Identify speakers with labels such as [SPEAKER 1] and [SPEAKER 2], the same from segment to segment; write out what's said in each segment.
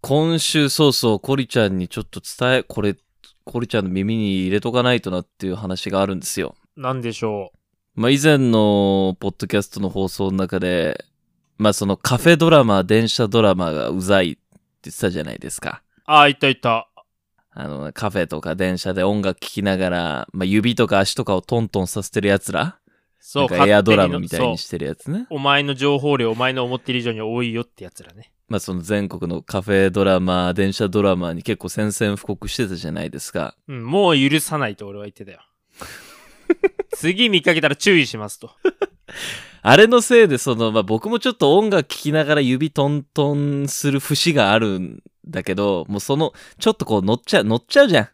[SPEAKER 1] 今週そうそう、コリちゃんにちょっと伝え、これ、コリちゃんの耳に入れとかないとなっていう話があるんですよ。
[SPEAKER 2] なんでしょ
[SPEAKER 1] まあ、以前のポッドキャストの放送の中で、まあ、そのカフェドラマ、電車ドラマがうざいって言ってたじゃないですか。
[SPEAKER 2] う。ああ、いたいた。
[SPEAKER 1] あの、カフェとか電車で音楽聴きながら、まあ、指とか足とかをトントンさせてる奴ら。
[SPEAKER 2] そう、
[SPEAKER 1] なんかエアドラムみた
[SPEAKER 2] 勝手
[SPEAKER 1] い
[SPEAKER 2] の
[SPEAKER 1] にしてるやつね。
[SPEAKER 2] そうお前の情報量、お前の思ってる以上に多いよってやつらね。
[SPEAKER 1] まあその全国のカフェドラマ、電車ドラマに結構宣戦布告してたじゃないですか。
[SPEAKER 2] うん、もう許さないと俺は言って たよ。次見かけたら注意しますと。
[SPEAKER 1] あれのせいでその、まあ僕もちょっと音楽聴きながら指トントンする節があるんだけど、もうその、ちょっとこう乗っちゃう、乗っちゃうじゃ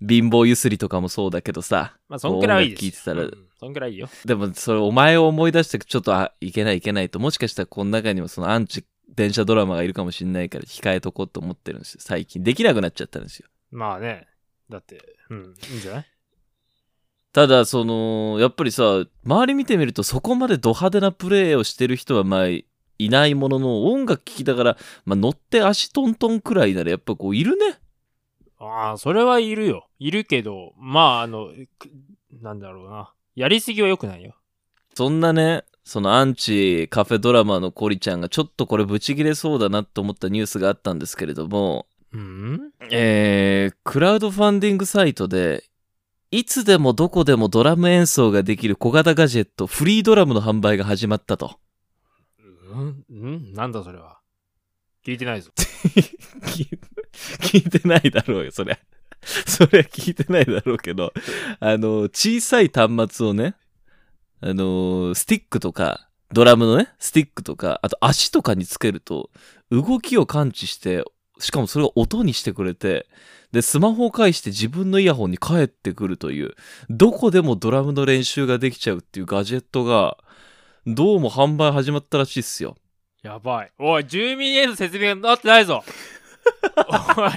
[SPEAKER 1] ん。貧乏ゆすりとかもそうだけどさ。
[SPEAKER 2] まあ、そんくらいはいい
[SPEAKER 1] 音楽聞い
[SPEAKER 2] で
[SPEAKER 1] て
[SPEAKER 2] す
[SPEAKER 1] た
[SPEAKER 2] よ。
[SPEAKER 1] ら
[SPEAKER 2] うんそんくらいいいよ。
[SPEAKER 1] でもそれお前を思い出してちょっと、あ、いけないいけないと、もしかしたらこの中にもそのアンチ電車ドラマがいるかもしんないから控えとこうと思ってるんですよ。最近できなくなっちゃったんですよ。
[SPEAKER 2] まあね。だって、うん、いいんじゃない
[SPEAKER 1] ただそのやっぱりさ周り見てみるとそこまでド派手なプレーをしてる人はまあいないものの音楽聴きながら、まあ、乗って足トントンくらいならやっぱこういるね
[SPEAKER 2] ああ、それはいるよ。いるけど、まあ、あの、くなんだろうな。やりすぎは良くないよ。
[SPEAKER 1] そんなねそのアンチカフェドラマのコリちゃんがちょっとこれブチギレそうだなと思ったニュースがあったんですけれども
[SPEAKER 2] うん
[SPEAKER 1] えー、クラウドファンディングサイトでいつでもどこでもドラム演奏ができる小型ガジェットフリードラムの販売が始まったと
[SPEAKER 2] うんうんなんだそれは。聞いてないぞ。
[SPEAKER 1] 聞い 聞いてないだろうよ、そりゃ。 そりゃ聞いてないだろうけど、あの、小さい端末をね、あの、スティックとか、ドラムのね、スティックとか、あと足とかにつけると、動きを感知して、しかもそれを音にしてくれて、で、スマホを介して自分のイヤホンに返ってくるという、どこでもドラムの練習ができちゃうっていうガジェットが、どうも販売始まったらしいっすよ。
[SPEAKER 2] やばい。おい、住民への説明がなってない ぞ。おい。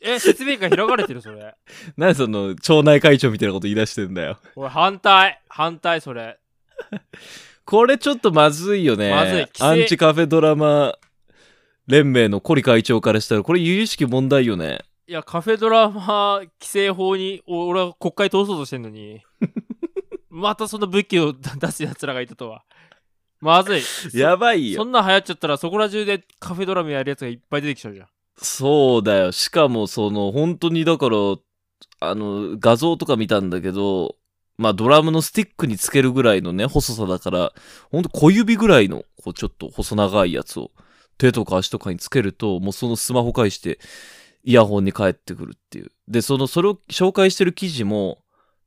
[SPEAKER 2] え、説明会開かれてるそれ。
[SPEAKER 1] なんでその、町内会長みたいなこと言い出してんだよ。
[SPEAKER 2] おい、反対。反対、それ。
[SPEAKER 1] これちょっとまずいよね。
[SPEAKER 2] まずい規制
[SPEAKER 1] アンチカフェドラマ連盟のコリ会長からしたら、これ由々しき問題よね。
[SPEAKER 2] いや、カフェドラマ規制法に、お俺は国会通そうとしてんの に。またその武器を出出す奴らがいたとは。まずい。
[SPEAKER 1] やばい
[SPEAKER 2] そ
[SPEAKER 1] よ。
[SPEAKER 2] んなん流行っちゃったらそこら中でカフェドラムやるやつがいっぱい出てきちゃうじゃん。
[SPEAKER 1] そうだよ。しかも、その、本当にだから、あの、画像とか見たんだけど、まあ、ドラムのスティックにつけるぐらいのね、細さだから、ほんと小指ぐらいの、こう、ちょっと細長いやつを、手とか足とかにつけると、もうそのスマホ返して、イヤホンに返ってくるっていう。で、その、それを紹介してる記事も、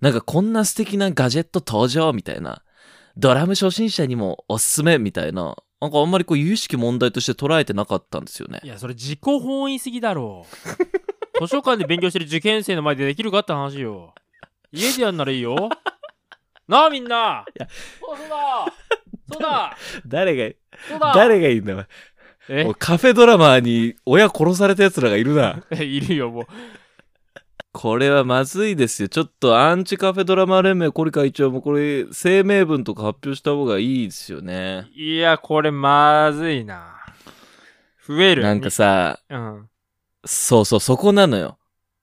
[SPEAKER 1] なんかこんな素敵なガジェット登場みたいな、ドラム初心者にもおすすめみたいな、なんかあんまりこう、有識問題として捉えてなかったんですよね
[SPEAKER 2] い。や、それ自己本位すぎだろう。図書館で勉強してる受験生の前でできるかって話よ。家でやんならいいよ。なあみんなそうだそうだ
[SPEAKER 1] 誰が、
[SPEAKER 2] そうだ
[SPEAKER 1] 誰がいいんだよ
[SPEAKER 2] え
[SPEAKER 1] おいカフェドラマーに親殺された奴らがいるな
[SPEAKER 2] いるよ、もう。
[SPEAKER 1] これはまずいですよちょっとアンチカフェドラマー連盟コリ会長もこれ声明文とか発表した方がいいですよね
[SPEAKER 2] いや、これまずいな。増える。
[SPEAKER 1] なんかさ
[SPEAKER 2] うん。
[SPEAKER 1] そうそうそこなのよ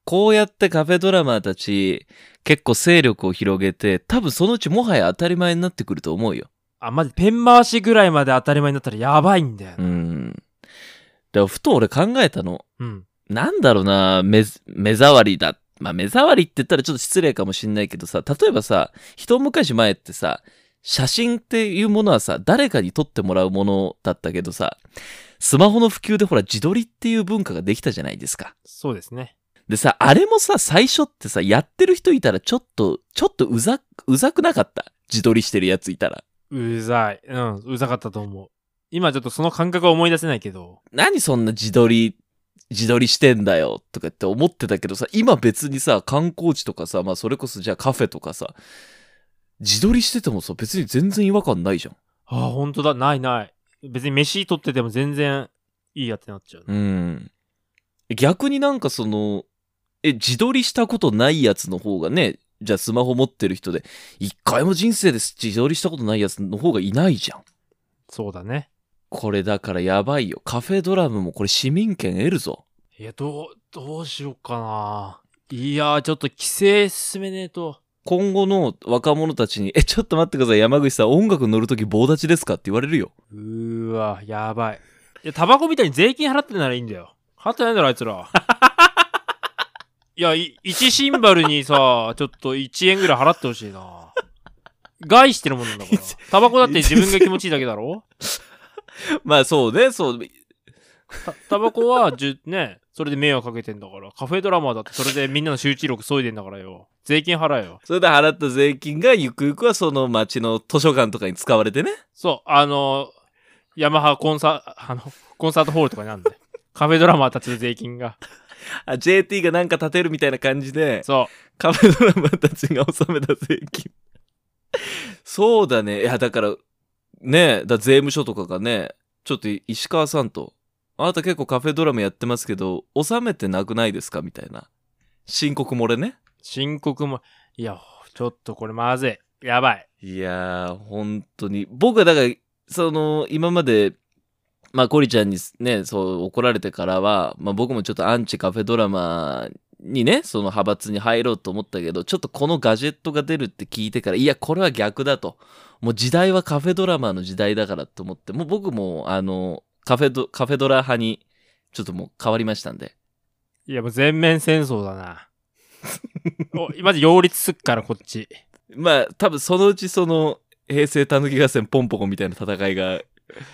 [SPEAKER 1] こうやってカフェドラマーたち結構勢力を広げて多分そのうちもはや当たり前になってくると思うよ
[SPEAKER 2] あ、まじペン回しぐらいまで当たり前になったらやばいんだよ
[SPEAKER 1] う
[SPEAKER 2] な。
[SPEAKER 1] んでもふと俺考えたの
[SPEAKER 2] うん。
[SPEAKER 1] なんだろうな、目、目障りだ。まあ、目障りって言ったらちょっと失礼かもしんないけどさ、例えばさ、一昔前ってさ、写真っていうものはさ、誰かに撮ってもらうものだったけどさ、スマホの普及でほら自撮りっていう文化ができたじゃないですか。
[SPEAKER 2] そうですね。
[SPEAKER 1] でさ、あれもさ、最初ってさ、やってる人いたらちょっと、ちょっとうざ、うざくなかった。自撮りしてるやついたら。
[SPEAKER 2] うざい。うん、うざかったと思う。今ちょっとその感覚は思い出せないけど。
[SPEAKER 1] 何そんな自撮り、自撮りしてんだよとかって思ってたけどさ、今別にさ、観光地とかさ、まあそれこそじゃあカフェとかさ、自撮りしててもさ、別に全然違和感ないじゃん。
[SPEAKER 2] ああ、ほんとだ。ないない。別に飯取ってても全然いいやってなっちゃう。
[SPEAKER 1] うん。逆になんかその、え、自撮りしたことないやつの方がね、じゃあスマホ持ってる人で、一回も人生で自撮りしたことないやつの方がいないじゃん。
[SPEAKER 2] そうだね。
[SPEAKER 1] これだからやばいよ。カフェドラムもこれ市民権得るぞ。
[SPEAKER 2] いや、どう、どうしようかな。いやー、ちょっと規制進めねえと。
[SPEAKER 1] 今後の若者たちに、え、ちょっと待ってください、山口さん、音楽乗るとき棒立ちですかって言われるよ。
[SPEAKER 2] うーわ、やばい。いや、タバコみたいに税金払ってんならいいんだよ。払ってないんだろ、あいつら。いや、い1シンバルにさ、ちょっと1円ぐらい払ってほしいな。害してるもんなんだから。タバコだって自分が気持ちいいだけだろ
[SPEAKER 1] まあそうね、そう。
[SPEAKER 2] たタバコはじゅ、ね、それで迷惑かけてんだから。カフェドラマーだってそれでみんなの集中力削いでんだからよ。税金払えよ。
[SPEAKER 1] それで払った税金がゆくゆくはその町の図書館とかに使われてね。
[SPEAKER 2] そう、あの、ヤマハコンサ、あの、コンサートホールとかにあるんで。カフェドラマーたちの税金が。
[SPEAKER 1] あ、JT がなんか建てるみたいな感じで、
[SPEAKER 2] そう。
[SPEAKER 1] カフェドラマーたちが納めた税金。 そうだね。いや、だから、ねえ、だ税務署とかがね、ちょっと石川さんと、あなた結構カフェドラムやってますけど、納めてなくないですかみたいな。申告漏れね。
[SPEAKER 2] 申告も、いや、ちょっとこれまずい。やばい。
[SPEAKER 1] いやー、本当に。僕はだから、その、今まで、まあ、コリちゃんにね、そう、怒られてからは、まあ、僕もちょっとアンチカフェドラマにね、その派閥に入ろうと思ったけど、ちょっとこのガジェットが出るって聞いてから、いや、これは逆だと。もう時代はカフェドラマの時代だからと思って、もう僕も、あの、カフェド、カフェドラ派に、ちょっともう変わりましたんで。
[SPEAKER 2] いや、もう全面戦争だな。おまず擁立すっから、こっち。
[SPEAKER 1] まあ、多分そのうちその、平成たぬき合戦ポンポコみたいな戦いが、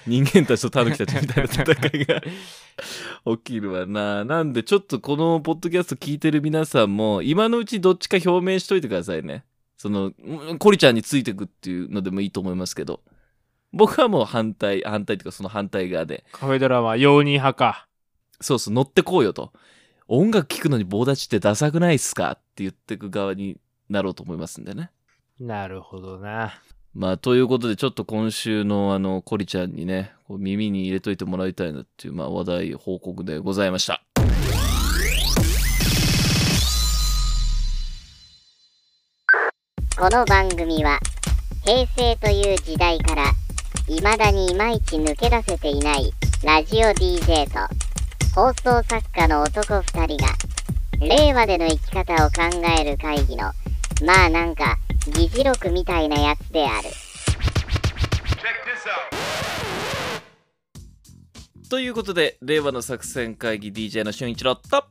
[SPEAKER 1] 人間たちとたぬきたちみたいな戦いが起きるわな。なんで、ちょっとこのポッドキャスト聞いてる皆さんも、今のうちどっちか表明しといてくださいね。その、うんコリちゃんについてくっていうのでもいいと思いますけど、僕はもう反対、反対というかその反対側で、
[SPEAKER 2] カフェドラマ、容認派か。
[SPEAKER 1] そうそう、乗ってこうよと。音楽聴くのに棒立ちってダサくないっすかって言ってく側になろうと思いますんでね。
[SPEAKER 2] なるほどな。
[SPEAKER 1] まあ、ということで、ちょっと今週の、あの、コリちゃんにね、こう耳に入れといてもらいたいなっていう、まあ、話題、報告でございました。
[SPEAKER 3] この番組は平成という時代から未だにいまいち抜け出せていないラジオ DJ と放送作家の男2人が令和での生き方を考える会議のまあなんか議事録みたいなやつである。
[SPEAKER 1] ということで、令和の作戦会議 DJ の俊一郎と、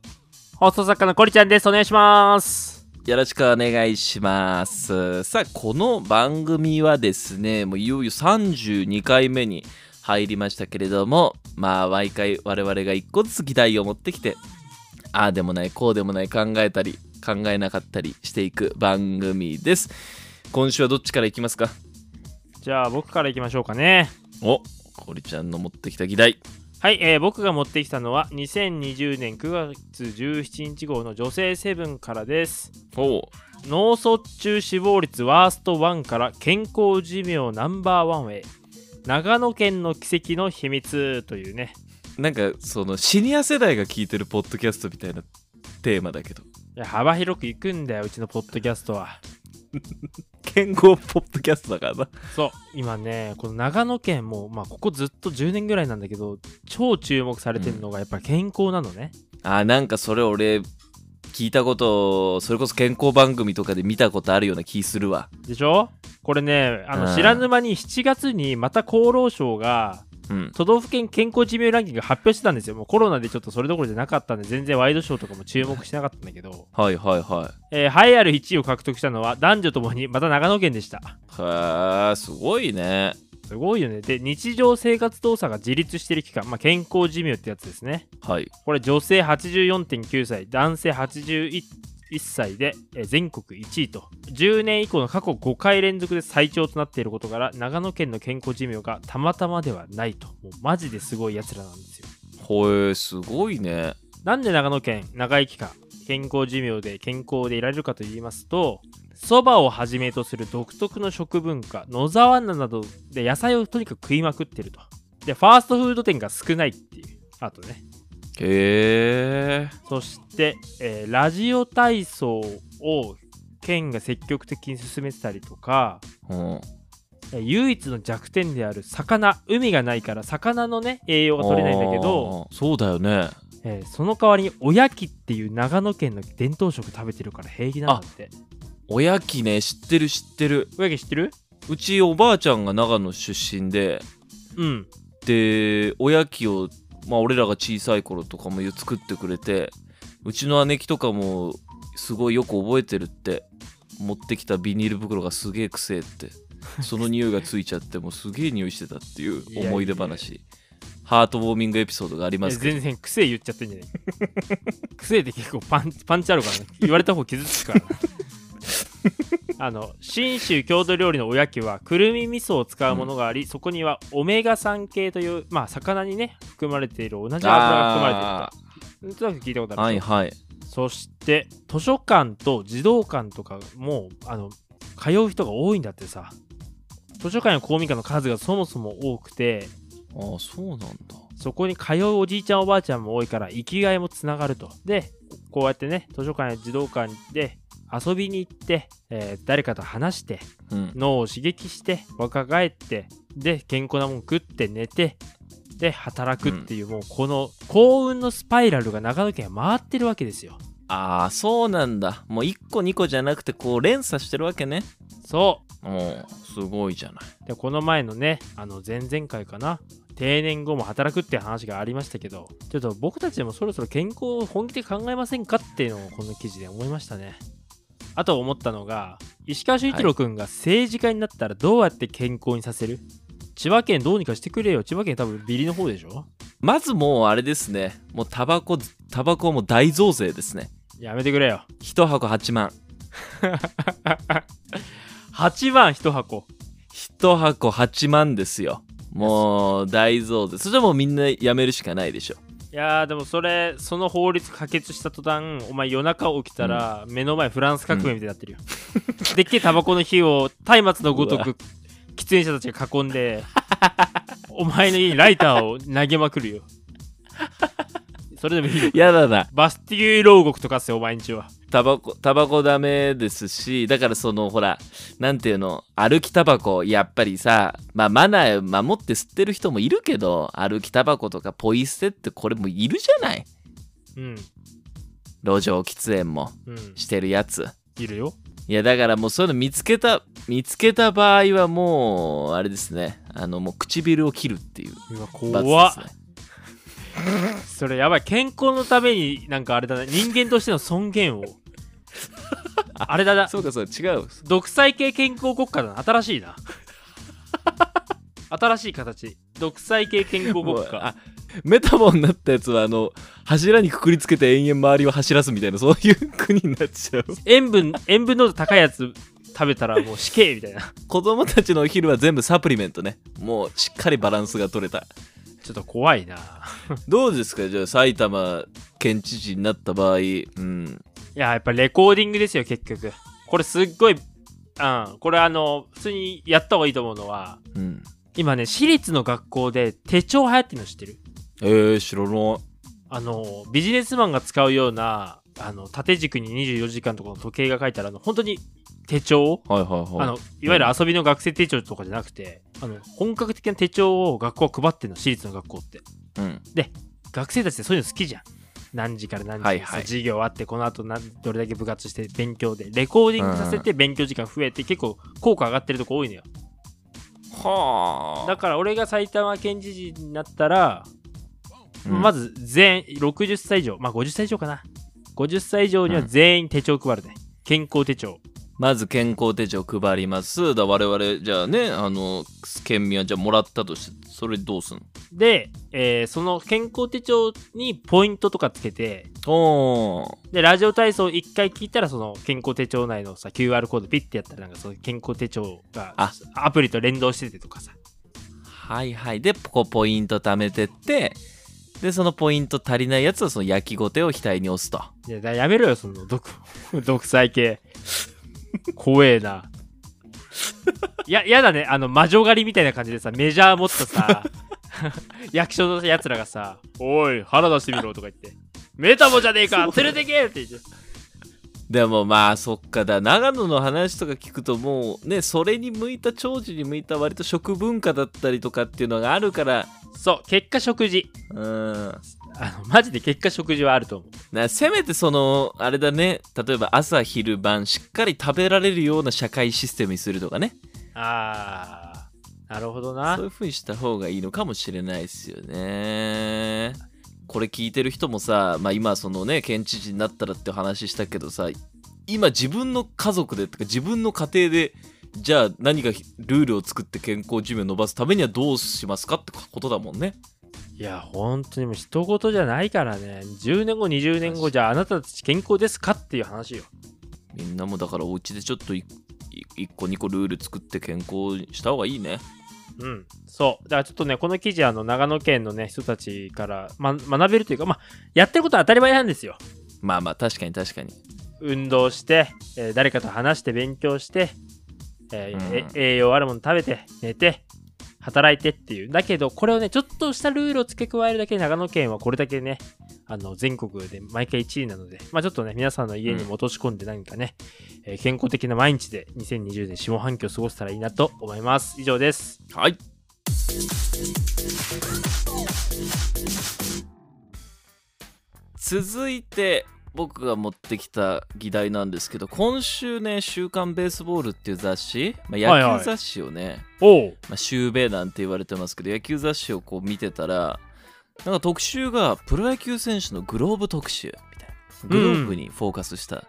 [SPEAKER 2] 放送作家のコリちゃんです。お願いします。
[SPEAKER 1] よろしくお願いします。さあ、この番組はですね、もういよいよ32回目に入りましたけれども、まあ、毎回我々が一個ずつ議題を持ってきて、ああでもない、こうでもない考えたり、考えなかったりしていく番組です。今週はどっちからいきますか
[SPEAKER 2] じゃあ、僕から行きましょうかね。
[SPEAKER 1] おコリちゃんの持ってきた議題
[SPEAKER 2] はい、えー僕が持ってきたのは2020年9月17日号の女性セブンからです。
[SPEAKER 1] お
[SPEAKER 2] 脳卒中死亡率ワースト1から健康寿命ナンバーワンへ長野県の奇跡の秘密というね
[SPEAKER 1] なんかそのシニア世代が聞いてるポッドキャストみたいなテーマだけど
[SPEAKER 2] いや幅広くいくんだようちのポッドキャストは
[SPEAKER 1] 健康ポッドキャストだからな
[SPEAKER 2] そう今ねこの長野県も、まあ、ここずっと10年ぐらいなんだけど超注目されてるのがやっぱ健康なのね、
[SPEAKER 1] あーなんかそれ俺聞いたことそれこそ健康番組とかで見たことあるような気するわ
[SPEAKER 2] でしょこれねあ
[SPEAKER 1] う
[SPEAKER 2] の
[SPEAKER 1] ん
[SPEAKER 2] 知らぬ間に7月にまた厚労省が
[SPEAKER 1] うん
[SPEAKER 2] 都道府県健康寿命ランキング発表してたんですよもうコロナでちょっとそれどころじゃなかったんで全然ワイドショーとかも注目してなかったんだけど
[SPEAKER 1] はいはいは
[SPEAKER 2] えー、栄えある1位を獲得したのは男女ともにまた長野県でした
[SPEAKER 1] いへえすごいね
[SPEAKER 2] すごいよねで日常生活動作が自立してる期間、まあ、健康寿命ってやつですね
[SPEAKER 1] はい
[SPEAKER 2] これ女性84.9歳男性81歳で、えー全国1位と10年以降の過去5回連続で最長となっていることから長野県の健康寿命がたまたまではないともうマジですごいやつらなんですよ
[SPEAKER 1] ほえすごいね
[SPEAKER 2] なんで長野県長生きか健康寿命で健康でいられるかと言いますとそばをはじめとする独特の食文化野沢菜などで野菜をとにかく食いまくってるとでファーストフード店が少ないっていうあとね
[SPEAKER 1] へえ
[SPEAKER 2] そして、えーラジオ体操を県が積極的に進めてたりとか
[SPEAKER 1] うん
[SPEAKER 2] え唯一の弱点である魚海がないから魚のね栄養が取れないんだけど、
[SPEAKER 1] あーそうだよね
[SPEAKER 2] えーその代わりにおやきっていう長野県の伝統食食べてるから平気なんだって
[SPEAKER 1] おやきね知ってる知ってる
[SPEAKER 2] おやき知ってる
[SPEAKER 1] うちおばあちゃんが長野出身で
[SPEAKER 2] うん
[SPEAKER 1] でおやきをまあ俺らが小さい頃とかも作ってくれてうちの姉貴とかもすごいよく覚えてるって持ってきたビニール袋がすげえくせえってその匂いがついちゃ ってもうすげえ匂いしてたっていう思い出話ハートウォーミングエピソードがあり
[SPEAKER 2] いや
[SPEAKER 1] ますけど
[SPEAKER 2] 全然癖言っちゃってんじゃない 癖って結構パンパンチあるからね言われた方傷つくからな あの信州郷土料理のおやきはくるみ味噌を使うものがあり、そこにはオメガ3系というまあ魚にね含まれている同じ油が含ま
[SPEAKER 1] あ
[SPEAKER 2] れているとなんとなく聞いたこと
[SPEAKER 1] ー
[SPEAKER 2] あ
[SPEAKER 1] は
[SPEAKER 2] る
[SPEAKER 1] い
[SPEAKER 2] でしょ、
[SPEAKER 1] はい
[SPEAKER 2] そして図書館と児童館とかもあの通う人が多いんだってさ図書館や公民館の数がそもそも多くて
[SPEAKER 1] あーそうなんだ
[SPEAKER 2] そこに通うおじいちゃんおばあちゃんも多いから生きがいもつながると。でこうやってね図書館や児童館で遊びに行って、えー誰かと話して
[SPEAKER 1] うん
[SPEAKER 2] 脳を刺激して若返ってで健康なもん食って寝てで働くっていう、もうこの幸運のスパイラルが長野県は回ってるわけですよ。
[SPEAKER 1] ああそうなんだもう1個2個じゃなくてこう連鎖してるわけね
[SPEAKER 2] そう
[SPEAKER 1] おすごいじゃない
[SPEAKER 2] でこの前のねあの前々回かな定年後も働くって話がありましたけどちょっと僕たちでもそろそろ健康を本気で考えませんかっていうのをこの記事で思いましたねあと思ったのが石川修一郎君が政治家になったらどうやって健康にさせる、千葉県どうにかしてくれよ千葉県多分ビリの方でしょ
[SPEAKER 1] まずもうあれですねもうタバコタバコはもう大増税ですね
[SPEAKER 2] やめてくれよ
[SPEAKER 1] 1箱8万
[SPEAKER 2] 8万1箱
[SPEAKER 1] 1箱8万ですよもう大増税それじゃもうみんなやめるしかないでしょ
[SPEAKER 2] いやーでもそれその法律可決した途端お前夜中起きたら目の前フランス革命みたいになってるよ、 でっけえタバコの火を松明のごと
[SPEAKER 1] う
[SPEAKER 2] く喫煙者たちが囲んでお前の家にライターを投げまくるよそれでもいいよ
[SPEAKER 1] やだな
[SPEAKER 2] バスティュー牢獄とかっすよお前んちは
[SPEAKER 1] タバコタバコダメですしだからそのほらなんていうの歩きタバコやっぱりさまあマナー守って吸ってる人もいるけど歩きタバコとかポイ捨てってこれもいるじゃない
[SPEAKER 2] うん
[SPEAKER 1] 路上喫煙も
[SPEAKER 2] うん
[SPEAKER 1] してるやつ
[SPEAKER 2] いるよ
[SPEAKER 1] いやだからもうそういうの見つけた見つけた場合はもうあれですねあのもう唇を切るっていう
[SPEAKER 2] うわ
[SPEAKER 1] 罰
[SPEAKER 2] 怖っ
[SPEAKER 1] ですね
[SPEAKER 2] それやばい健康のためになんかあれだな人間としての尊厳 をあれだな
[SPEAKER 1] そうかそうか違う
[SPEAKER 2] 独裁系健康国家だな新しいな新しい形独裁系健康
[SPEAKER 1] も
[SPEAKER 2] 国
[SPEAKER 1] うあ
[SPEAKER 2] 家
[SPEAKER 1] メタボになったやつはあの柱にくくりつけて延々周りを走らすみたいなそういう国になっちゃう
[SPEAKER 2] 塩分塩分濃度高いやつ食べたらもう死刑みたいな
[SPEAKER 1] 子供たちのお昼は全部サプリメントねもうしっかりバランスが取れた
[SPEAKER 2] ちょっと怖いな
[SPEAKER 1] どうですかじゃあ埼玉県知事になった場合うん
[SPEAKER 2] いややっぱレコーディングですよ結局これすっごいうんこれあの普通にやった方がいいと思うのは
[SPEAKER 1] うん
[SPEAKER 2] 今ね私立の学校で手帳流行ってるの知ってる
[SPEAKER 1] えー、知らない
[SPEAKER 2] あのビジネスマンが使うようなあの縦軸に24時間とかの時計が書いてあるあの本当に手帳
[SPEAKER 1] はいはいはい
[SPEAKER 2] あのいわゆる遊びの学生手帳とかじゃなくて、あの本格的な手帳を学校は配ってるの私立の学校って
[SPEAKER 1] うん、
[SPEAKER 2] 学生たちってそういうの好きじゃん何時から何時、
[SPEAKER 1] はいはい
[SPEAKER 2] そう授業あってこの後なんどれだけ部活して勉強でレコーディングさせて勉強時間増えて、結構効果上がってるとこ多いのよ
[SPEAKER 1] はあ
[SPEAKER 2] だから俺が埼玉県知事になったら、
[SPEAKER 1] うん
[SPEAKER 2] まず全60歳以上まあ50歳以上かな50歳以上には全員手帳配るね、健康手帳
[SPEAKER 1] まず健康手帳配ります。だ我々、じゃあね、あの、県民はじゃあもらったとして、それどうすん
[SPEAKER 2] で、えーその健康手帳にポイントとかつけて
[SPEAKER 1] のお
[SPEAKER 2] で、ラジオ体操1回聞いたら、その健康手帳内のさ、QR コードピッてやったら、なんかその健康手帳が
[SPEAKER 1] あ
[SPEAKER 2] アプリと連動しててとかさ。
[SPEAKER 1] はいはい。で、こうポイント貯めてって、で、そのポイント足りないやつはその焼きごてを額に押すと。
[SPEAKER 2] いや、だやめろよ、その毒、 独裁系。怖えな。いや、やだね、あの、魔女狩りみたいな感じでさ、メジャー持ったさ、 役所のやつらがさ、おい、腹出してみろとか言って、メタボじゃねえか、連れてけって言って。
[SPEAKER 1] でもまあそっかだ長野の話とか聞くともうねそれに向いた長寿に向いた割と食文化だったりとかっていうのがあるから
[SPEAKER 2] そう結果食事
[SPEAKER 1] うん
[SPEAKER 2] あのマジで結果食事はあると思う
[SPEAKER 1] なせめてそのあれだね例えば朝昼晩しっかり食べられるような社会システムにするとかね
[SPEAKER 2] あーなるほどな
[SPEAKER 1] そういう風にした方がいいのかもしれないですよねこれ聞いてる人もさ、まあ、今そのね県知事になったらって話したけどさ今自分の家族でとか自分の家庭でじゃあ何かルールを作って健康寿命を伸ばすためにはどうしますかってことだもんね
[SPEAKER 2] いや本当にもう人事じゃないからね10年後20年後じゃああなたたち健康ですかっていう話よ
[SPEAKER 1] みんなもだからお家でちょっと1個2個ルール作って健康にした方がいいね
[SPEAKER 2] うんそうだからちょっとねこの記事あの長野県のね人たちから、ま、学べるというかまあやってることは当たり前なんですよ
[SPEAKER 1] まあまあ確かに確かに
[SPEAKER 2] 運動して、えー誰かと話して勉強して、えー
[SPEAKER 1] うん
[SPEAKER 2] え栄養あるもの食べて寝て働いてっていうだけどこれをねちょっとしたルールを付け加えるだけで長野県はこれだけねあの全国で毎回1位なので、まあ、ちょっとね皆さんの家にも落とし込んで何かね、えー健康的な毎日で2020年下半期を過ごせたらいいなと思います以上です
[SPEAKER 1] はい続いて僕が持ってきた議題なんですけど今週ね「週刊ベースボール」っていう雑誌、まあ
[SPEAKER 2] はいはい
[SPEAKER 1] 野球雑誌をね、
[SPEAKER 2] おう
[SPEAKER 1] まあ、週米なんて言われてますけど野球雑誌をこう見てたらなんか特集がプロ野球選手のグローブ特集みたいなグローブにフォーカスした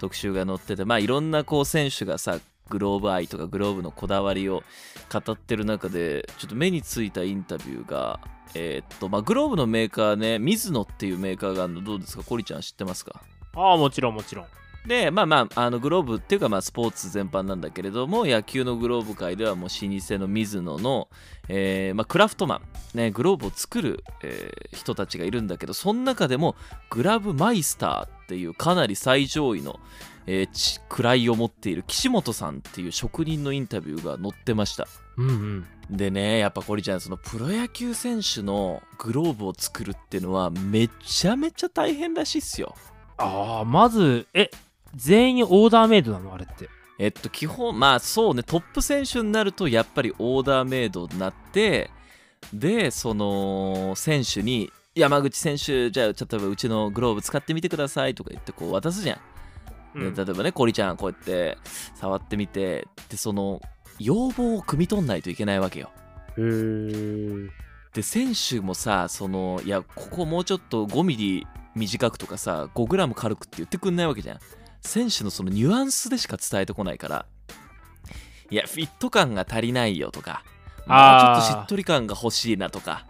[SPEAKER 1] 特集が載ってて、まあいろんなこう選手がさグローブ愛とかグローブのこだわりを語ってる中でちょっと目についたインタビューが、えーっとまあ、グローブのメーカーねミズノっていうメーカーがあるのどうですかコリちゃん知ってますか
[SPEAKER 2] ああもちろんもちろん
[SPEAKER 1] でまあまああのグローブっていうかまあスポーツ全般なんだけれども野球のグローブ界ではもう老舗のミズノの、えーまあ、クラフトマン、ね、グローブを作る、えー人たちがいるんだけどその中でもグラブマイスターっていうかなり最上位の、えーち位を持っている岸本さんっていう職人のインタビューが載ってました
[SPEAKER 2] うんうん
[SPEAKER 1] でねやっぱこれちゃんそのプロ野球選手のグローブを作るっていうのはめちゃめちゃ大変らしいっすよ
[SPEAKER 2] ああまずえ全員オーダーメイドなのあれって
[SPEAKER 1] えっと、基本、まあそうね、トップ選手になると、やっぱりオーダーメイドになって、で、その、選手に、山口選手、じゃあ、ちょっとうちのグローブ使ってみてくださいとか言って、こう渡すじゃん。
[SPEAKER 2] う
[SPEAKER 1] ね
[SPEAKER 2] ん
[SPEAKER 1] 例えばね、コリちゃん、こうやって、触ってみて、で、その、要望を汲み取んないといけないわけよ。
[SPEAKER 2] へー
[SPEAKER 1] で選手もさそのいやここもうちょっと5ミリ短くとかさ5グラム軽くって言ってくんないわけじゃん選手のそのニュアンスでしか伝えてこないからいやフィット感が足りないよとかもうちょ
[SPEAKER 2] あー
[SPEAKER 1] っとしっとり感が欲しいなとか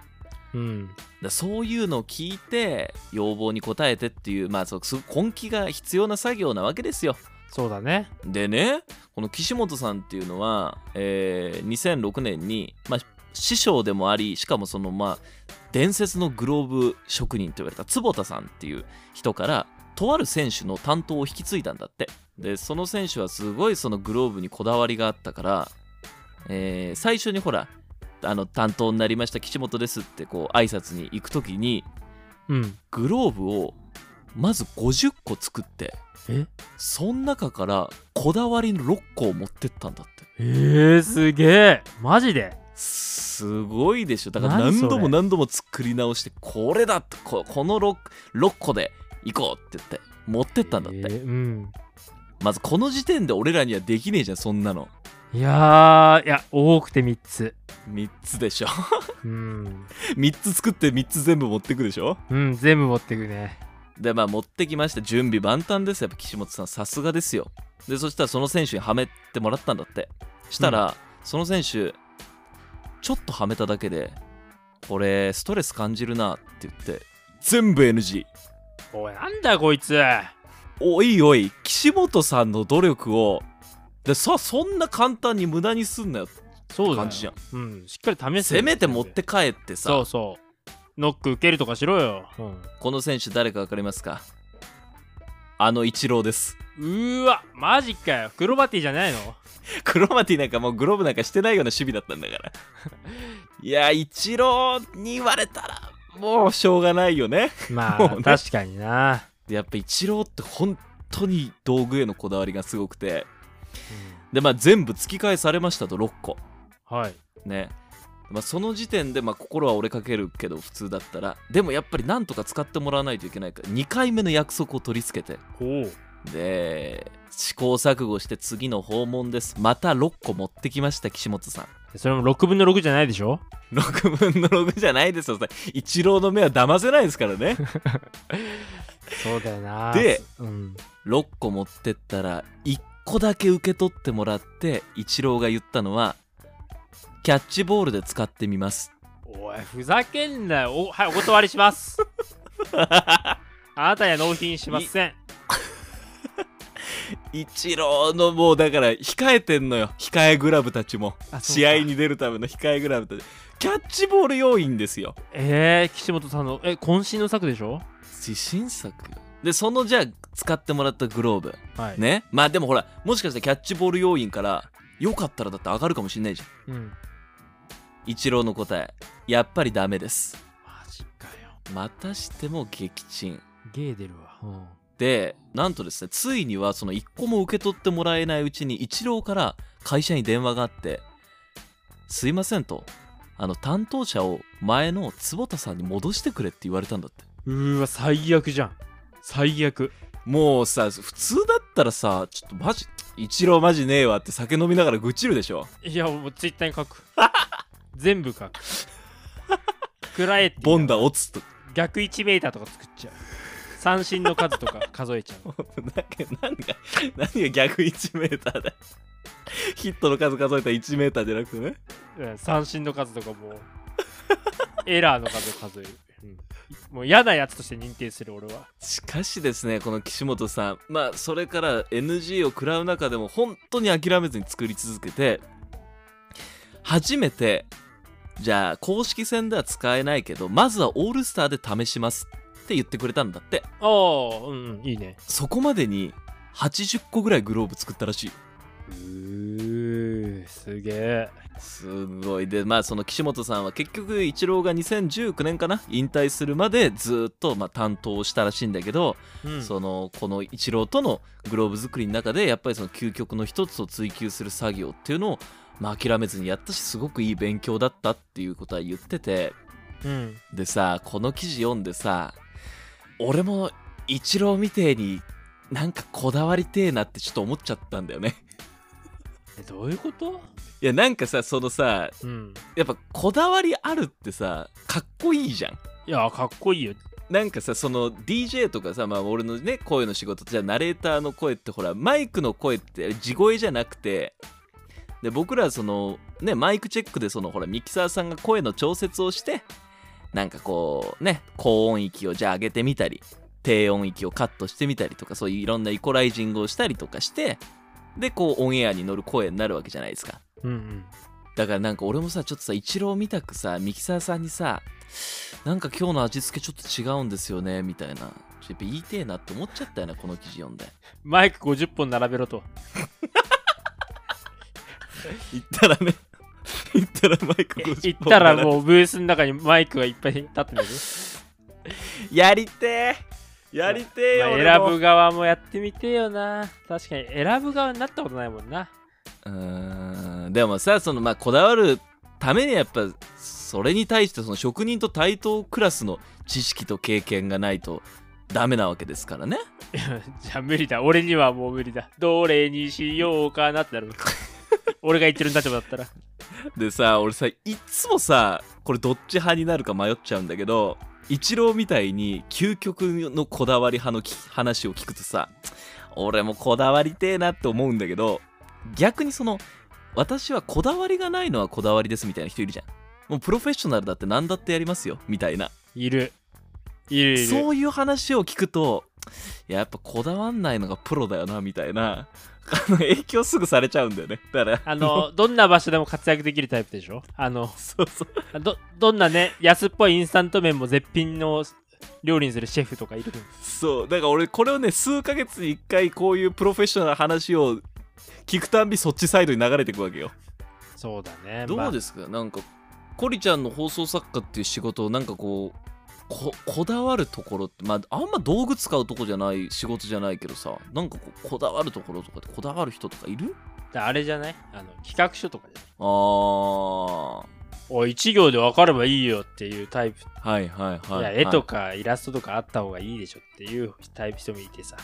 [SPEAKER 2] うん
[SPEAKER 1] だそういうのを聞いて要望に応えてっていうまあそうすごく根気が必要な作業なわけですよ
[SPEAKER 2] そうだね。
[SPEAKER 1] でねこの岸本さんっていうのは、えー2006年に、まあ、師匠でもありしかもそのまあ伝説のグローブ職人と言われた坪田さんっていう人からとある選手の担当を引き継いだんだってでその選手はすごいそのグローブにこだわりがあったから、えー最初にほらあの担当になりました岸本ですってこう挨拶に行く時に
[SPEAKER 2] うん。
[SPEAKER 1] グローブをまず50個作って
[SPEAKER 2] え
[SPEAKER 1] そん中からこだわりの6個を持ってったんだって
[SPEAKER 2] えー、すげえ。マジです
[SPEAKER 1] ごいでしょだから
[SPEAKER 2] 何そ
[SPEAKER 1] 何
[SPEAKER 2] れ
[SPEAKER 1] 度も何度も作り直してこれだってここの 6, 6個で行こうって言って持ってったんだって、
[SPEAKER 2] えーうん。
[SPEAKER 1] まずこの時点で俺らにはできねえじゃんそんなの
[SPEAKER 2] いやー、いや、多くて3つ。
[SPEAKER 1] 3つでしょ
[SPEAKER 2] うん。
[SPEAKER 1] 3つ作って3つ全部持ってくでしょ
[SPEAKER 2] うん、全部持ってくね。
[SPEAKER 1] でまあ持ってきました準備万端ですやっぱ岸本さんさすがですよでそしたらその選手にはめてもらったんだってしたら、その選手ちょっとはめただけでこれストレス感じるなって言って全部 NG
[SPEAKER 2] おい、なんだよこいつ。
[SPEAKER 1] おいおい岸本さんの努力をでさそんな簡単に無駄にすんなよ
[SPEAKER 2] そうだよ
[SPEAKER 1] 感じじゃん。
[SPEAKER 2] うん、しっかり試せ
[SPEAKER 1] せめて持って帰ってさ
[SPEAKER 2] そうそう。ノック受けるとかしろよ。うん。
[SPEAKER 1] この選手誰か分かりますかあのイチローです
[SPEAKER 2] うーわ、マジかよ。クロバティじゃないの
[SPEAKER 1] クロマティなんかもうグローブなんかしてないような守備だったんだからいやイチローに言われたらもうしょうがないよね
[SPEAKER 2] ま
[SPEAKER 1] も
[SPEAKER 2] あ、
[SPEAKER 1] うね
[SPEAKER 2] 確かにな。
[SPEAKER 1] でやっぱイチローって本当当に道具へのこだわりがすごくてでまあ全部突き返されましたと6個
[SPEAKER 2] はい。
[SPEAKER 1] ねまあ、その時点で、まあ、心は折れかけるけど普通だったらでもやっぱりなんとか使ってもらわないといけないから2回目の約束を取り付けて
[SPEAKER 2] ほう。
[SPEAKER 1] で試行錯誤して次の訪問ですまた6個持ってきました岸本さん
[SPEAKER 2] それも6分の6じゃないでしょ
[SPEAKER 1] 6分の6じゃないですよそれ一郎の目は騙せないですからね
[SPEAKER 2] そうだよな
[SPEAKER 1] で、
[SPEAKER 2] うん。
[SPEAKER 1] 6個持ってったら1個だけ受け取ってもらって一郎が言ったのはキャッチボールで使ってみます
[SPEAKER 2] おい、ふざけんなよ。おはい、お断りし ます。あなたには納品しません。
[SPEAKER 1] 一郎のもうだから控えてんのよ控えグラブたちも
[SPEAKER 2] あそうか
[SPEAKER 1] 試合に出るための控えグラブたちキャッチボール要員ですよ
[SPEAKER 2] えー、岸本さんの、え、渾身の作でしょ
[SPEAKER 1] 自信作でそのじゃあ使ってもらったグローブ
[SPEAKER 2] はい。。
[SPEAKER 1] ねまあでもほらもしかしたらキャッチボール要員からよかったらだって上がるかもしんないじゃん
[SPEAKER 2] うん。
[SPEAKER 1] 一郎の答えやっぱりダメです
[SPEAKER 2] マジかよ。
[SPEAKER 1] またしても撃沈
[SPEAKER 2] ゲー出るわ。うん。
[SPEAKER 1] でなんとですねついにはその1個も受け取ってもらえないうちに一郎から会社に電話があって「すいません」と「あの担当者を前の坪田さんに戻してくれ」って言われたんだって
[SPEAKER 2] うーわ、最悪じゃん。最悪。
[SPEAKER 1] もうさ普通だったらさちょっとマジ一郎マジねえわって酒飲みながら愚痴るでしょ
[SPEAKER 2] いや、もうツイッターに書く。全部 書く。くらえって
[SPEAKER 1] ボンダオツと
[SPEAKER 2] 逆1メーターとか作っちゃう。三振の数とか数えちゃう。
[SPEAKER 1] だけど何が何が逆1メーターだよ ヒットの数数えたら1メーターじゃなくてね
[SPEAKER 2] うん三振の数とかもうエラーの数を数える、うんもう嫌なやつとして認定する俺は
[SPEAKER 1] しかしですねこの岸本さんまあそれから NG を食らう中でも本当に諦めずに作り続けて初めてじゃあ公式戦では使えないけどまずはオールスターで試しますって言ってくれたんだって
[SPEAKER 2] ああうんいいね
[SPEAKER 1] そこまでに80個ぐらいグローブ作ったらしいう
[SPEAKER 2] ーすげえ
[SPEAKER 1] すごいでまあその岸本さんは結局イチローが2019年かな引退するまでずっとまあ担当をしたらしいんだけど
[SPEAKER 2] うん
[SPEAKER 1] そのこのイチローとのグローブ作りの中でやっぱりその究極の一つを追求する作業っていうのを、まあ、諦めずにやったしすごくいい勉強だったっていうことは言ってて
[SPEAKER 2] うん
[SPEAKER 1] でさこの記事読んでさ俺もイチローみてえになんかこだわりてえなってちょっと思っちゃったんだよね
[SPEAKER 2] えどういうこと
[SPEAKER 1] いやなんかさそのさ
[SPEAKER 2] うん
[SPEAKER 1] やっぱこだわりあるってさかっこいいじゃん
[SPEAKER 2] いやかっこいいよ
[SPEAKER 1] なんかさその DJ とかさ、まあ、俺のね声の仕事じゃあナレーターの声ってほらマイクの声って地声じゃなくてで僕らはそのねマイクチェックでそのほらミキサーさんが声の調節をしてなんかこうね高音域をじゃあ上げてみたり低音域をカットしてみたりとかそういういろんなイコライジングをしたりとかしてでこうオンエアに乗る声になるわけじゃないですか。
[SPEAKER 2] うんうん
[SPEAKER 1] だからなんか俺もさちょっとさイチローみたくさミキサーさんにさなんか今日の味付けちょっと違うんですよねみたいなちょっとやっぱ言いてえなって思っちゃったよなこの記事読んで
[SPEAKER 2] マイク50本並べろと
[SPEAKER 1] 言ったらね 言ったらマイク
[SPEAKER 2] い行ったら
[SPEAKER 1] う
[SPEAKER 2] もうブースの中にマイクがいっぱい立ってんだけど
[SPEAKER 1] やりてえやりてえよ、俺
[SPEAKER 2] まあ
[SPEAKER 1] も
[SPEAKER 2] 選ぶ側もやってみてえよな確かに選ぶ側になったことないもんな
[SPEAKER 1] うーんでもさそのまあこだわるためにやっぱそれに対してその職人と対等クラスの知識と経験がないとダメなわけですからね
[SPEAKER 2] じゃあ無理だ。俺にはもう無理だ。どれにしようかなってなる。俺が言ってる立場だったら。
[SPEAKER 1] でさ俺さいっつもさこれどっち派になるか迷っちゃうんだけどイチローみたいに究極のこだわり派のき話を聞くとさ俺もこだわりてえなって思うんだけど逆にその私はこだわりがないのはこだわりですみたいな人いるじゃんもうプロフェッショナルだって何だってやりますよみたいない
[SPEAKER 2] る。いるいる。
[SPEAKER 1] そういう話を聞くとやっぱこだわんないのがプロだよなみたいなあの影響すぐされちゃうんだよねだから
[SPEAKER 2] あの、どんな場所でも活躍できるタイプでしょあの、
[SPEAKER 1] そうそう
[SPEAKER 2] ど、どんなね、安っぽいインスタント麺も絶品の料理にするシェフとかいる。
[SPEAKER 1] そうだから俺これをね数ヶ月に1回こういうプロフェッショナルな話を聞くたんびそっちサイドに流れていくわけよ
[SPEAKER 2] そうだね。
[SPEAKER 1] どうですすかなんかコリちゃんの放送作家っていう仕事をなんかこうここだわるところって、まあ、あんま道具使うとこじゃない仕事じゃないけどさなんかこうこだわるところとかってこだわる人とかいる
[SPEAKER 2] であれじゃないあの企画書とかじゃない
[SPEAKER 1] ああは
[SPEAKER 2] おい一行で分かればいいよっていうタイプ、
[SPEAKER 1] いはいはい、はい
[SPEAKER 2] や絵とかイラストとかあった方がいいでしょっていうタイプ人もいてさ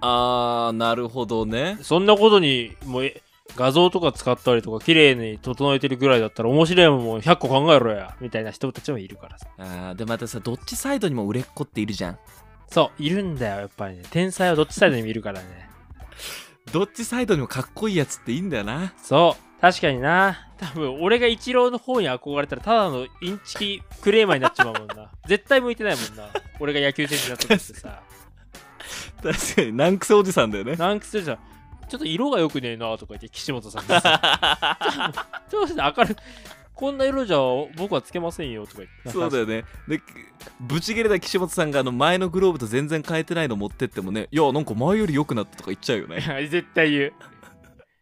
[SPEAKER 1] あーなるほどね
[SPEAKER 2] そんなことにもうえ画像とか使ったりとか綺麗に整えてるぐらいだったら面白いもんもう100個考えろやみたいな人たちもいるからさ
[SPEAKER 1] あーでまたさどっちサイドにも売れっ子っているじゃん
[SPEAKER 2] そういるんだよやっぱりね天才はどっちサイドにもいるからね
[SPEAKER 1] どっちサイドにもかっこいいやつっていいんだよな
[SPEAKER 2] そう確かにな多分俺が一郎の方に憧れたらただのインチキクレーマーになっちまうもん な絶対向いてないもんな俺が野球選手だったとしてさ
[SPEAKER 1] 確かに難癖おじさんだよね
[SPEAKER 2] なんかするじゃんちょっと色が良くねえなとか言って岸本さんがさ ちょっと明るいこんな色じゃ僕はつけませんよとか言って
[SPEAKER 1] そうだよねでブチギレた岸本さんがあの前のグローブと全然変えてないの持ってってもねいやなんか前より良くなったとか言っちゃうよね
[SPEAKER 2] 絶対言う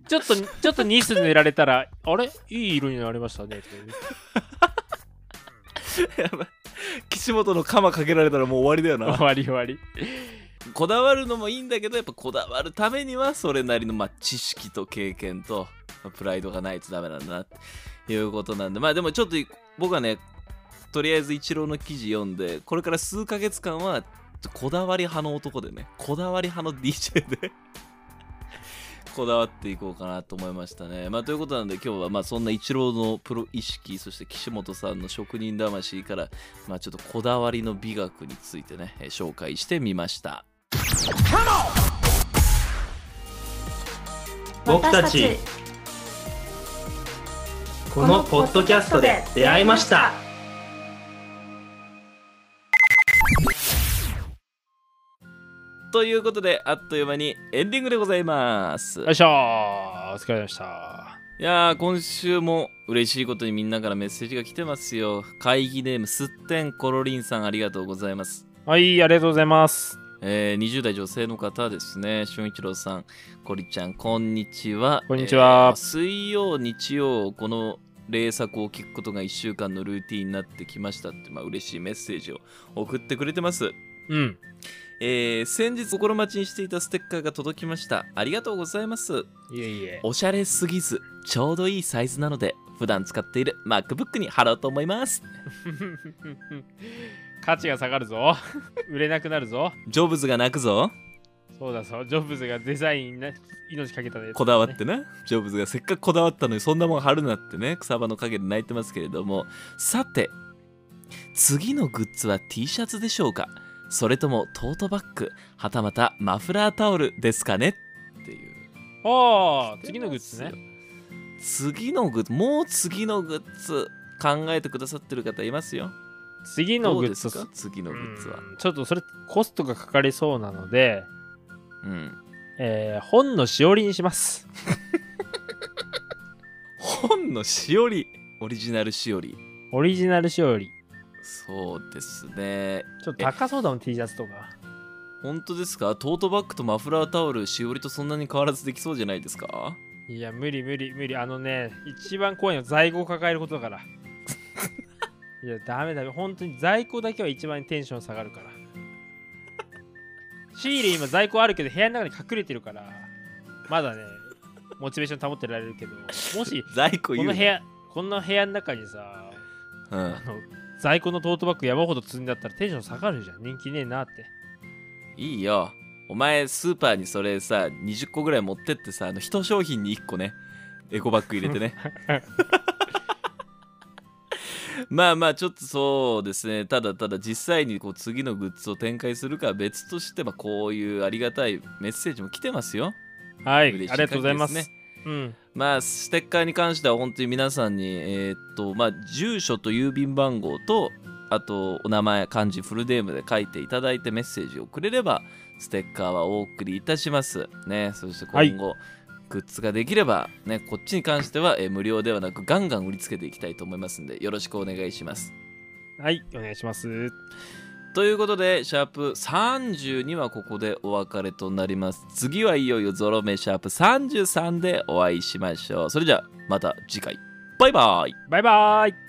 [SPEAKER 2] ちょっとちょっとニス塗られたらあれいい色になりましたねとか言 う
[SPEAKER 1] やばい岸本の鎌かけられたらもう終わりだよな
[SPEAKER 2] 終わり終わり
[SPEAKER 1] こだわるのもいいんだけどやっぱこだわるためにはそれなりの、まあ、知識と経験と、まあプライドがないとダメなんだなっていうことなんでまあでもちょっと僕はねとりあえず一郎の記事読んでこれから数ヶ月間はこだわり派の男でねこだわり派の DJ で こだわっていこうかなと思いましたね。まあ、ということなんで今日はまあそんな一郎のプロ意識そして岸本さんの職人魂から、まあ、ちょっとこだわりの美学についてねえー紹介してみました。
[SPEAKER 4] 僕たちこのポッドキャストで出会いました
[SPEAKER 1] ということであっという間にエンディングでございます、
[SPEAKER 2] よ
[SPEAKER 1] い、
[SPEAKER 2] いしょーお疲れ様でした
[SPEAKER 1] やー今週も嬉しいことにみんなからメッセージが来てますよ会議ネームすってんころりんさんありがとうございます
[SPEAKER 2] はいありがとうございます
[SPEAKER 1] えー20代女性の方ですね、俊一郎さん、こりちゃん、こんにちは。
[SPEAKER 2] こんにちは
[SPEAKER 1] えー水曜、日曜、この例作を聞くことが1週間のルーティンになってきましたって、まあ嬉しいメッセージを送ってくれてます。
[SPEAKER 2] うん
[SPEAKER 1] えー先日心待ちにしていたステッカーが届きました。ありがとうございます。
[SPEAKER 2] いえいえ
[SPEAKER 1] おしゃれすぎず、ちょうどいいサイズなので、普段使っている MacBook に貼ろうと思います。
[SPEAKER 2] 価値が下がるぞ売れなくなるぞ
[SPEAKER 1] ジョブズが泣くぞ。
[SPEAKER 2] そうだそうジョブズがデザインに命かけたね
[SPEAKER 1] こだわってな、ジョブズがせっかくこだわったのにそんなもん貼るなってね草葉の陰で泣いてますけれどもさて次のグッズは T シャツでしょうかそれともトートバッグはたまたマフラータオルですかねっていう
[SPEAKER 2] ああ次のグッズね
[SPEAKER 1] 次のグッズもう次のグッズ考えてくださってる方いますよ
[SPEAKER 2] 次の
[SPEAKER 1] どう
[SPEAKER 2] グ
[SPEAKER 1] で
[SPEAKER 2] ッズ
[SPEAKER 1] すか次のグッズは
[SPEAKER 2] うんちょっとそれコストがかかりそうなので、
[SPEAKER 1] うん
[SPEAKER 2] えー本のしおりにします
[SPEAKER 1] 本のしおりオリジナルしおり
[SPEAKER 2] オリジナルしおり
[SPEAKER 1] そうですね
[SPEAKER 2] ちょっと高そうだもん T シャツとか
[SPEAKER 1] 本当ですかトートバッグとマフラータオルしおりとそんなに変わらずできそうじゃないですか
[SPEAKER 2] いや無理無理無理あのね一番怖いのは在庫を抱えることだから いやダメダメ本当に在庫だけは一番テンション下がるからシール今在庫あるけど部屋の中に隠れてるからまだねモチベーション保ってられるけどもし
[SPEAKER 1] 在庫
[SPEAKER 2] こ
[SPEAKER 1] 言う
[SPEAKER 2] の部屋こんな部屋の中にさ
[SPEAKER 1] うん
[SPEAKER 2] あの在庫のトートバッグ山ほど積んだったらテンション下がるじゃん人気ねえなって
[SPEAKER 1] いいよお前スーパーにそれさ20個ぐらい持ってってさあの1商品に1個ねエコバッグ入れて ねまあまあちょっとそうですねただただ実際にこう次のグッズを展開するかは別として、まあ、こういうありがたいメッセージも来てますよ
[SPEAKER 2] はい
[SPEAKER 1] 嬉しい
[SPEAKER 2] ありがとうございます
[SPEAKER 1] 限りです
[SPEAKER 2] うん
[SPEAKER 1] まあ、ステッカーに関しては本当に皆さんに、えーっと、まあ、住所と郵便番号と、あと、お名前、漢字、フルネームで書いていただいてメッセージをくれれば、ステッカーはお送りいたします。ね、そして今後、グッズができれば、ね、こっちに関しては、えー無料ではなく、ガンガン売りつけていきたいと思いますんで、よろしくお願いします。
[SPEAKER 2] はいお願いします
[SPEAKER 1] ということで、シャープ32はここでお別れとなります。次はいよいよゾロ目シャープ33でお会いしましょう。それじゃあ、また次回。バイバイ
[SPEAKER 2] バイバーイ